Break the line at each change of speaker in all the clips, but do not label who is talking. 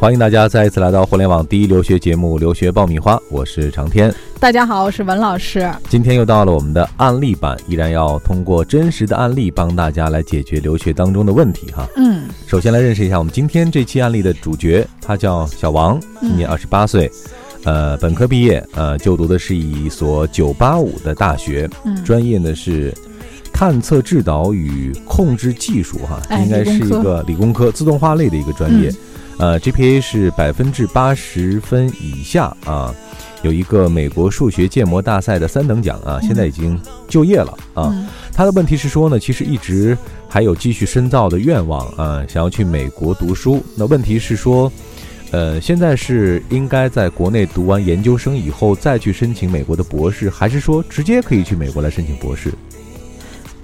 欢迎大家再一次来到互联网第一留学节目《留学爆米花》，我是长天。
大家好，我是文老师。
今天又到了我们的案例版，依然要通过真实的案例帮大家来解决留学当中的问题哈。
嗯
首先来认识一下我们今天这期案例的主角，他叫小王，今年二十八岁，呃，本科毕业，呃，就读的是一所九八五的大学，
嗯，
专业呢是探测制导与控制技术哈，
哎
应该是一
理工嗯
个理工科自动化类的一个专业，呃，GPA 是百分之八十分以下啊。有一个美国数学建模大赛的三等奖啊，
嗯
现在已经就业了啊。
嗯
他的问题是说呢，其实一直还有继续深造的愿望啊，想要去美国读书。那问题是说，呃，现在是应该在国内读完研究生以后再去申请美国的博士，还是说直接可以去美国来申请博士？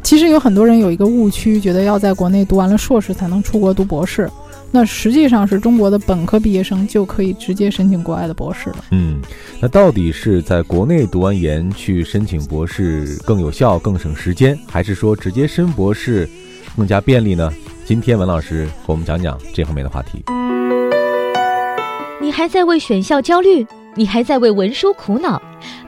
其实有很多人有一个误区，觉得要在国内读完了硕士才能出国读博士。那实际上是中国的本科毕业生就可以直接申请国外的博士了。
嗯，那到底是在国内读完研去申请博士更有效、更省时间，还是说直接申博士更加便利呢？今天文老师给我们讲讲这方面的话题。
你还在为选校焦虑？你还在为文书苦恼？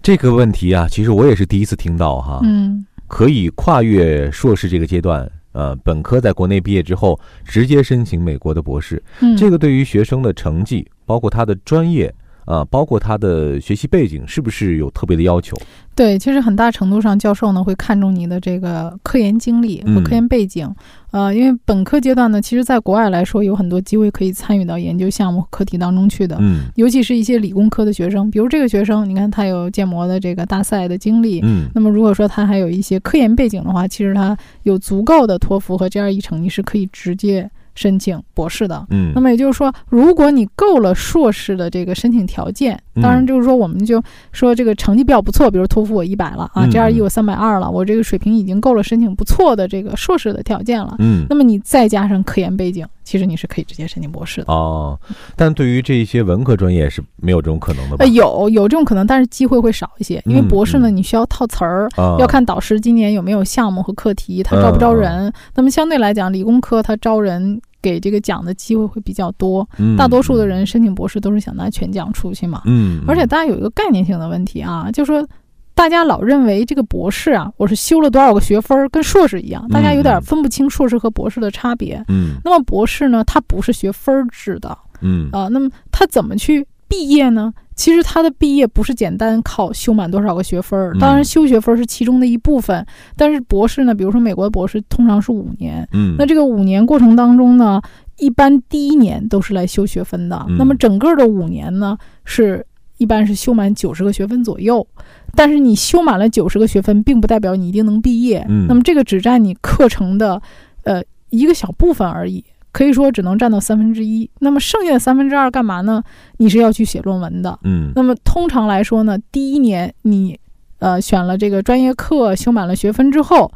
这个问题啊，其实我也是第一次听到哈。
嗯，
可以跨越硕士这个阶段，呃，本科在国内毕业之后，直接申请美国的博士。
嗯
这个对于学生的成绩，包括他的专业啊、包括他的学习背景，是不是有特别的要求？
对，其实很大程度上，教授呢会看重你的这个科研经历和
嗯
科研背景。呃，因为本科阶段呢，其实在国外来说，有很多机会可以参与到研究项目和课题当中去的。
嗯
尤其是一些理工科的学生，比如这个学生，你看他有建模的这个大赛的经历，
嗯
那么如果说他还有一些科研背景的话，其实他有足够的托福和 GRE 成绩是可以直接申请博士的。
嗯
那么也就是说，如果你够了硕士的这个申请条件，当然
嗯
就是说，我们就说这个成绩比较不错，比如托福我一百了啊
嗯
，GRE 我三百二了，我这个水平已经够了申请不错的这个硕士的条件了。
嗯
那么你再加上科研背景，其实你是可以直接申请博士的。
哦，但对于这些文科专业是没有这种可能的吧
呃，？有有这种可能，但是机会会少一些，因为
嗯
博士呢，
嗯
你需要套词儿，
啊，
哎要看导师今年有没有项目和课题，他招不招
嗯
人。那么相对来讲，理工科他招人给这个奖的机会会比较多，
嗯
大多数的人，申请博士都是想拿全奖出去嘛。
嗯，嗯
而且大家有一个概念性的问题啊，就说。大家老认为这个博士啊，我是修了多少个学分儿，跟硕士一样，大家有点分不清硕士和博士的差别。
嗯
那么博士呢，它不是学分儿制的，
嗯
啊，那么他怎么去毕业呢？其实他的毕业不是简单靠修满多少个学分儿，当然
嗯
修学分儿是其中的一部分，但是博士呢，比如说美国的博士通常是五年，
嗯，
那这个五年过程当中呢，一般第一年都是来修学分的，那么
嗯
整个的五年呢是。一般是修满九十个学分左右，但是你修满了九十个学分，并不代表你一定能毕业。
嗯
那么这个只占你课程的，呃，一个小部分而已，可以说只能占到三分之一。那么剩下的三分之二干嘛呢？你是要去写论文的。
嗯
那么通常来说呢，第一年你呃选了这个专业课，修满了学分之后，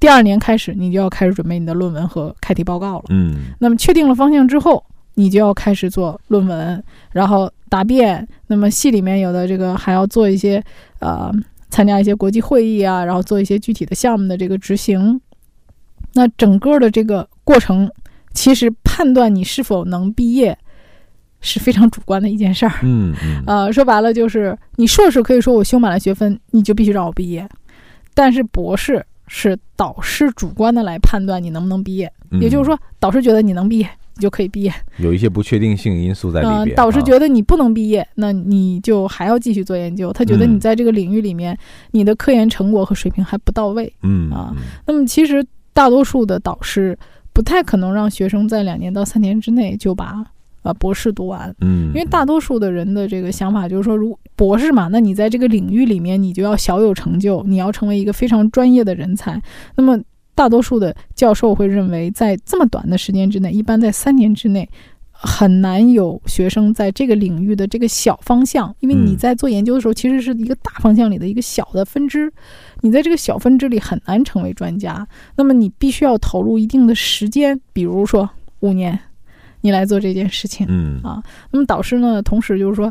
第二年开始你就要开始准备你的论文和开题报告了。
嗯
那么确定了方向之后，你就要开始做论文，然后答辩。那么系里面有的这个还要做一些呃参加一些国际会议啊，然后做一些具体的项目的这个执行。那整个的这个过程，其实判断你是否能毕业是非常主观的一件事儿。
嗯嗯
呃，说白了就是，你硕士可以说我修满了学分，你就必须让我毕业，但是博士是导师主观的来判断你能不能毕业，
嗯
也就是说，导师觉得你能毕业，你就可以毕业；
有一些不确定性因素在
嗯、
里边，
导师
啊
觉得你不能毕业，那你就还要继续做研究。他觉得你
嗯
在这个领域里面，你的科研成果和水平还不到位。
嗯
啊
嗯
那么其实大多数的导师不太可能让学生在两年到三年之内就把呃博士读完。
嗯，
因为大多数的人的这个想法就是说，如博士嘛，那你在这个领域里面，你就要小有成就，你要成为一个非常专业的人才。那么，大多数的教授会认为，在这么短的时间之内，一般在三年之内，很难有学生在这个领域的这个小方向，因为
嗯
你在做研究的时候，其实是一个大方向里的一个小的分支，你在这个小分支里很难成为专家。那么你必须要投入一定的时间，比如说五年，你来做这件事情。
嗯
啊那么导师呢，同时就是说，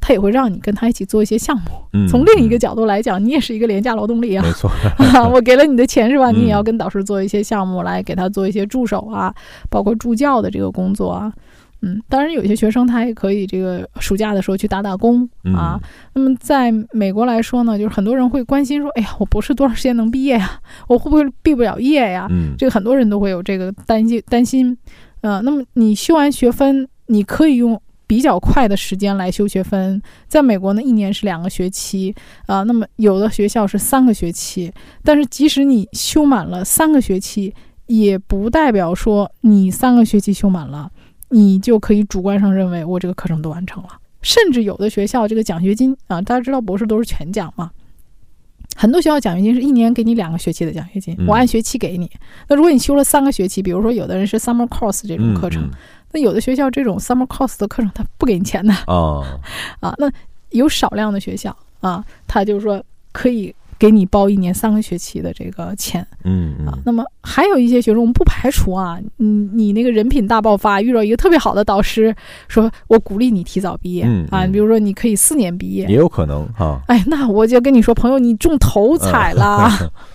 他也会让你跟他一起做一些项目。
嗯，
从另一个
嗯
角度来讲，你也是一个廉价劳动力啊
没。错，
啊， 我给了你的钱是吧？
嗯
你也要跟导师做一些项目，来给他做一些助手啊，包括助教的这个工作啊。嗯，当然有些学生他也可以这个暑假的时候去打打工
嗯
啊。那么在美国来说呢，就是很多人会关心说，哎呀，我博士多长时间能毕业呀、我会不会毕不了业呀、
嗯，
这个很多人都会有这个担心担心。呃，那么你修完学分，你可以用比较快的时间来修学分。在美国呢，一年是两个学期啊、那么有的学校是三个学期。但是即使你修满了三个学期，也不代表说你三个学期修满了，你就可以主观上认为我这个课程都完成了。甚至有的学校这个奖学金啊，大家知道博士都是全奖嘛，很多学校奖学金是一年给你两个学期的奖学金，
嗯
我按学期给你。那如果你修了三个学期，比如说有的人是 summer course 这种课程，
嗯
那有的学校这种 summer course 的课程他不给你钱的
嗯啊，
啊。那有少量的学校啊，他就是说可以给你包一年三个学期的这个钱。
嗯
啊
嗯，
那么还有一些学生，我们不排除啊，嗯，你那个人品大爆发，遇到一个特别好的导师，说我鼓励你提早毕业、
嗯
啊，
嗯
比如说你可以四年毕业
也，有可能哈，
哎，那我就跟你说，朋友，你中头彩了，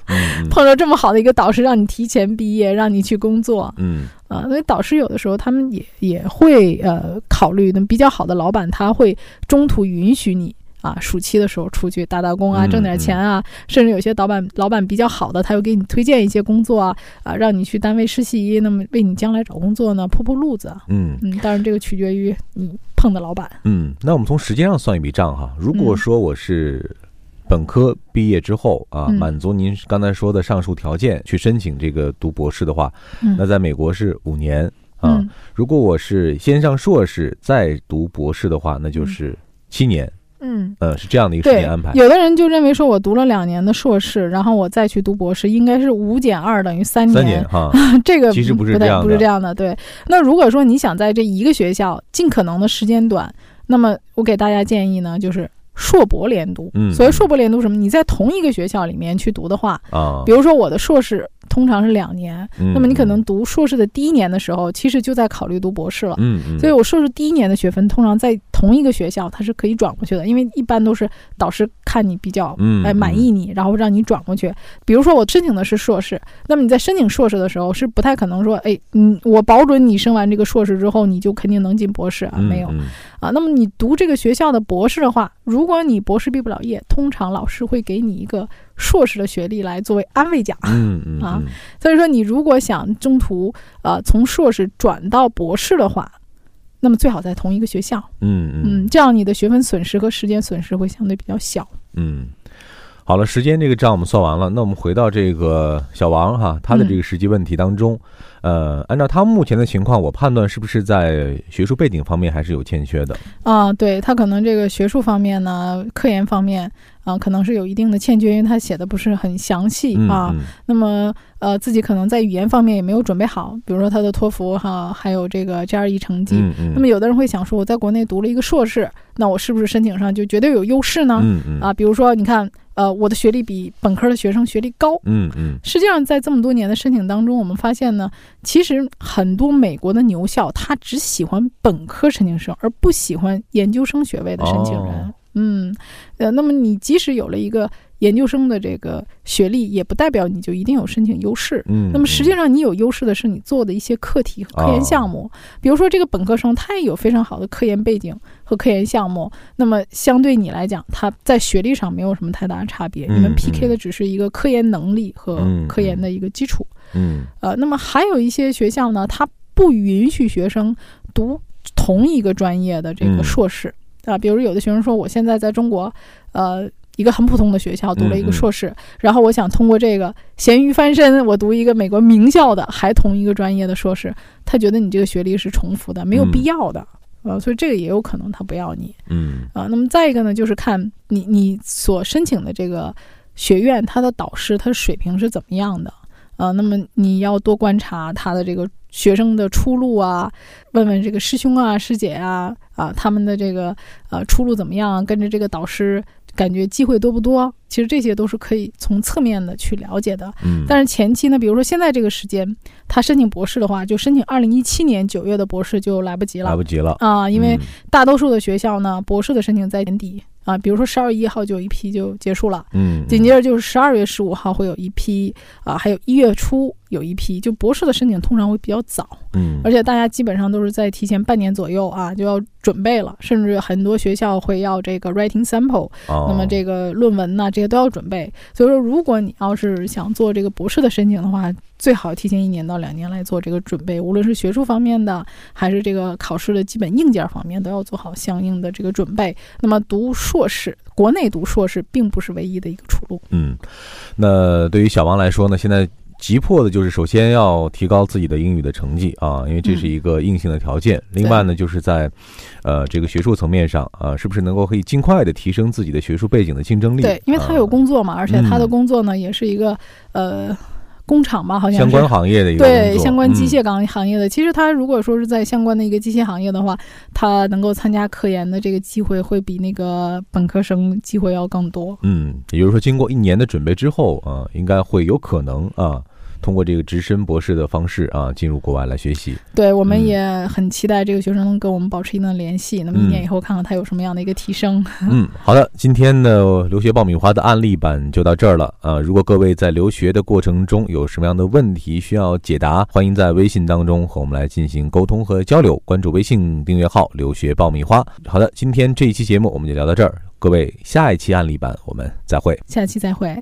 嗯嗯
碰到这么好的一个导师，让你提前毕业，让你去工作
嗯
啊，所以导师有的时候他们也也会呃考虑，那么比较好的老板他会中途允许你。啊，暑期的时候出去打打工啊，
嗯
挣点钱啊，甚至有些老板老板比较好的，他又给你推荐一些工作啊，啊，让你去单位实习，那么为你将来找工作呢铺铺路子啊。
嗯
嗯，当然这个取决于你碰的老板。
嗯，那我们从时间上算一笔账哈。如果
嗯
说我是本科毕业之后啊，
嗯
满足您刚才说的上述条件去申请这个读博士的话，
嗯
那在美国是五年啊。
嗯
如果我是先上硕士再读博士的话，那就是七年，
嗯，
呃，是这样的一个时
对
间安排，。
有的人就认为说我读了两年的硕士，然后我再去读博士，应该是五减二等于三
三年哈，
这个
其实不是
太
这样的
不是这样的。对，那如果说你想在这一个学校尽可能的时间短，那么我给大家建议呢，就是硕博连读。
嗯
所谓硕博连读是什么？你在同一个学校里面去读的话，
啊嗯
比。如说我的硕士通常是两年，
那
那么你可能读硕士的第一年的时候，其实就在考虑读博士了。
嗯嗯，
所以我硕士第一年的学分通常在同一个学校，它是可以转过去的，因为一般都是导师看你比较
嗯
哎满意你，然后让你转过去。比如说我申请的是硕士，那么你在申请硕士的时候是不太可能说，哎，嗯，我保准你升完这个硕士之后你就肯定能进博士啊，
嗯
没有
嗯
啊。那么你读这个学校的博士的话，如果你博士毕不了业，通常老师会给你一个硕士的学历来作为安慰奖。
嗯嗯
啊
嗯
所以说，你如果想中途呃从硕士转到博士的话，那么最好在同一个学校，
嗯嗯
嗯，这样你的学分损失和时间损失会相对比较小。
嗯，好了，时间这个账我们算完了，那我们回到这个小王哈，他的这个实际问题当中，
嗯
呃，按照他目前的情况，我判断是不是在学术背景方面还是有欠缺的？
啊，对他可能这个学术方面呢，科研方面啊，可能是有一定的欠缺，因为他写的不是很详细
嗯
啊。
嗯
那么呃，自己可能在语言方面也没有准备好，比如说他的托福哈，还有这个 GRE 成绩。
嗯嗯，
那么有的人会想说，我在国内读了一个硕士，那我是不是申请上就绝对有优势呢？
嗯嗯
啊，比如说你看，呃，我的学历比本科的学生学历高。
嗯嗯
实际上，在这么多年的申请当中，我们发现呢，其实很多美国的牛校，他只喜欢本科申请生，而不喜欢研究生学位的申请人。
哦
嗯，呃，那么你即使有了一个研究生的这个学历，也不代表你就一定有申请优势。
嗯，啊
那么实际上，你有优势的是你做的一些课题和科研项目，比如说这个本科生他也有非常好的科研背景和科研项目，那么相对你来讲，他在学历上没有什么太大的差别，
嗯
你们 PK 的只是一个科研能力和
嗯
科研的一个基础。
嗯
呃，那么还有一些学校呢，它不允许学生读同一个专业的这
嗯
个硕士、啊，比如有的学生说，我现在在中国，呃。一个很普通的学校读了一
嗯嗯
个硕士，然后我想通过这个咸鱼翻身，我读一个美国名校的，还同一个专业的硕士，他觉得你这个学历是重复的，没有
嗯
必要的，呃，所以这个也有可能他不要你。
嗯
啊。那么再一个呢，就是看你你所申请的这个学院，它的导师他的水平是怎么样的。呃，那么你要多观察他的这个学生的出路啊，问问这个师兄啊、师姐啊啊他们的这个呃出路怎么样，跟着这个导师感觉机会多不多？其实这些都是可以从侧面的去了解的。
嗯，
但是前期呢，比如说现在这个时间，他申请博士的话，就申请二零一七年九月的博士就来不及
来
了
不及了，
啊，因为
嗯
大多数的学校呢，博士的申请在年底啊，比如说十二月一号就有一批就结束了。
嗯，
紧接着就是十二月十五号会有一批啊，还有一月初有一批，就博士的申请通常会比较早，
嗯，
而且大家基本上都是在提前半年左右啊就要准备了，甚至很多学校会要这个 writing sample，
哦
那么这个论文呐、这些都要准备。所以说，如果你要是想做这个博士的申请的话，最好提前一年到两年来做这个准备，无论是学术方面的，还是这个考试的基本硬件方面，都要做好相应的这个准备。那么读硕士，国内读硕士并不是唯一的一个出路。
嗯，那对于小王来说呢，现在急迫的就是首先要提高自己的英语的成绩啊，因为这是一个硬性的条件。另外呢，就是在呃这个学术层面上啊，是不是能够可以尽快的提升自己的学术背景的竞争力？
对，因为他有
啊
工作嘛，而且他的
嗯
工作呢也是一个呃工厂吧，好像
相
是
关行业的一个
对
工作
相关机
嗯
械岗行业的，其实他如果说是在相关的一个机械行业的话，他能够参加科研的这个机会会比那个本科生机会要更多。
嗯，也就是说，经过一年的准备之后啊，应该会有可能啊，通过这个直升博士的方式啊，进入国外来学习。
对我
嗯
们也很期待这个学生能跟我们保持一定的联系，那么一年以后看看他有什么样的一个提升。
嗯，好的，今天的留学爆米花的案例版就到这儿了啊、如果各位在留学的过程中有什么样的问题需要解答，欢迎在微信当中和我们来进行沟通和交流。关注微信订阅号“留学爆米花”。好的，今天这一期节目我们就聊到这儿，各位下一期案例版我们再会。
下期再会。